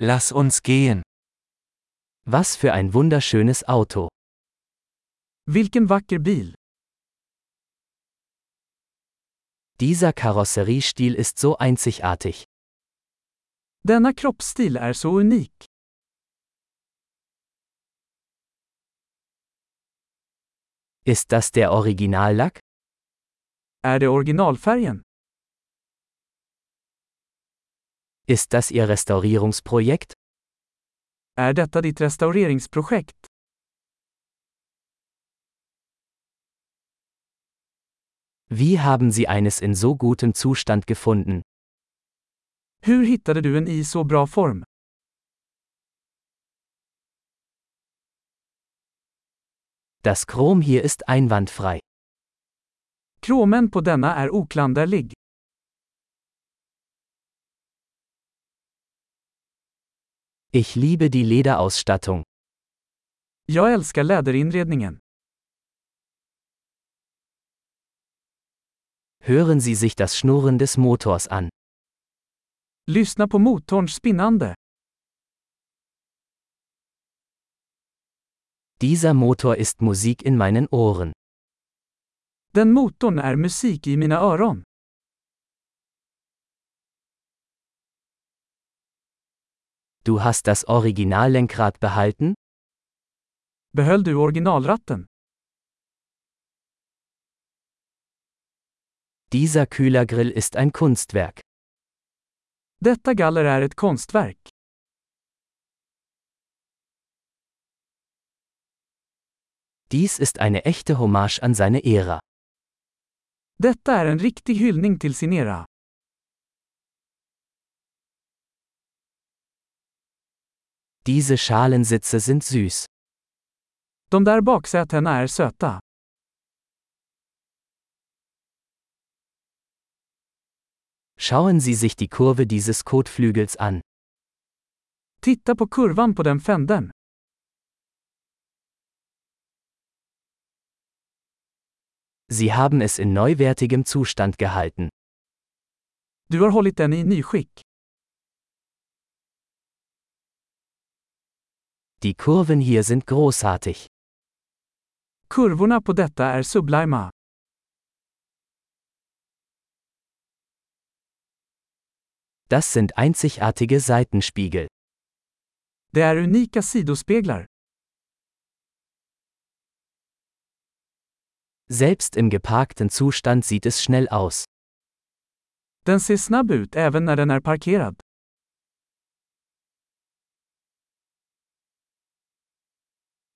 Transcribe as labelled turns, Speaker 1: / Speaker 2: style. Speaker 1: Lass uns gehen.
Speaker 2: Was für ein wunderschönes Auto.
Speaker 3: Vilken vacker bil.
Speaker 2: Dieser Karosseriestil ist so einzigartig.
Speaker 3: Denna kroppsstil är så unik.
Speaker 2: Ist das der Originallack?
Speaker 3: Är det originalfärgen?
Speaker 2: Ist das Ihr Restaurierungsprojekt?
Speaker 3: Är detta ditt restaureringsprojekt?
Speaker 2: Wie haben Sie eines in so gutem Zustand gefunden?
Speaker 3: Hur hittade du en i så bra form?
Speaker 2: Das Chrom hier ist einwandfrei.
Speaker 3: Kromen på denna är oklanderlig.
Speaker 2: Ich liebe die Lederausstattung.
Speaker 3: Jag älskar läderinredningen.
Speaker 2: Hören Sie sich das Schnurren des Motors an.
Speaker 3: Lyssna på motorns spinnande.
Speaker 2: Dieser Motor ist Musik in meinen Ohren.
Speaker 3: Den motorn är musik i mina öron.
Speaker 2: Du hast das Originallenkrad behalten?
Speaker 3: Behöll du originalratten?
Speaker 2: Dieser Kühlergrill ist ein Kunstwerk.
Speaker 3: Detta galler är ett konstverk.
Speaker 2: Dies ist eine echte Hommage an seine Ära.
Speaker 3: Detta är en riktig hyllning till sin era.
Speaker 2: Diese Schalensitze sind süß.
Speaker 3: De där baksätena är söta.
Speaker 2: Schauen Sie sich die Kurve dieses Kotflügels an.
Speaker 3: Titta på kurvan på den fänden.
Speaker 2: Sie haben es in neuwertigem Zustand gehalten.
Speaker 3: Du har hållit den i nyskick.
Speaker 2: Die Kurven hier sind großartig.
Speaker 3: Kurvorna på detta är sublima.
Speaker 2: Das sind einzigartige Seitenspiegel.
Speaker 3: Det är unika sidospeglar.
Speaker 2: Selbst im geparkten Zustand sieht es schnell aus.
Speaker 3: Den ser snabb ut även när den är parkerad.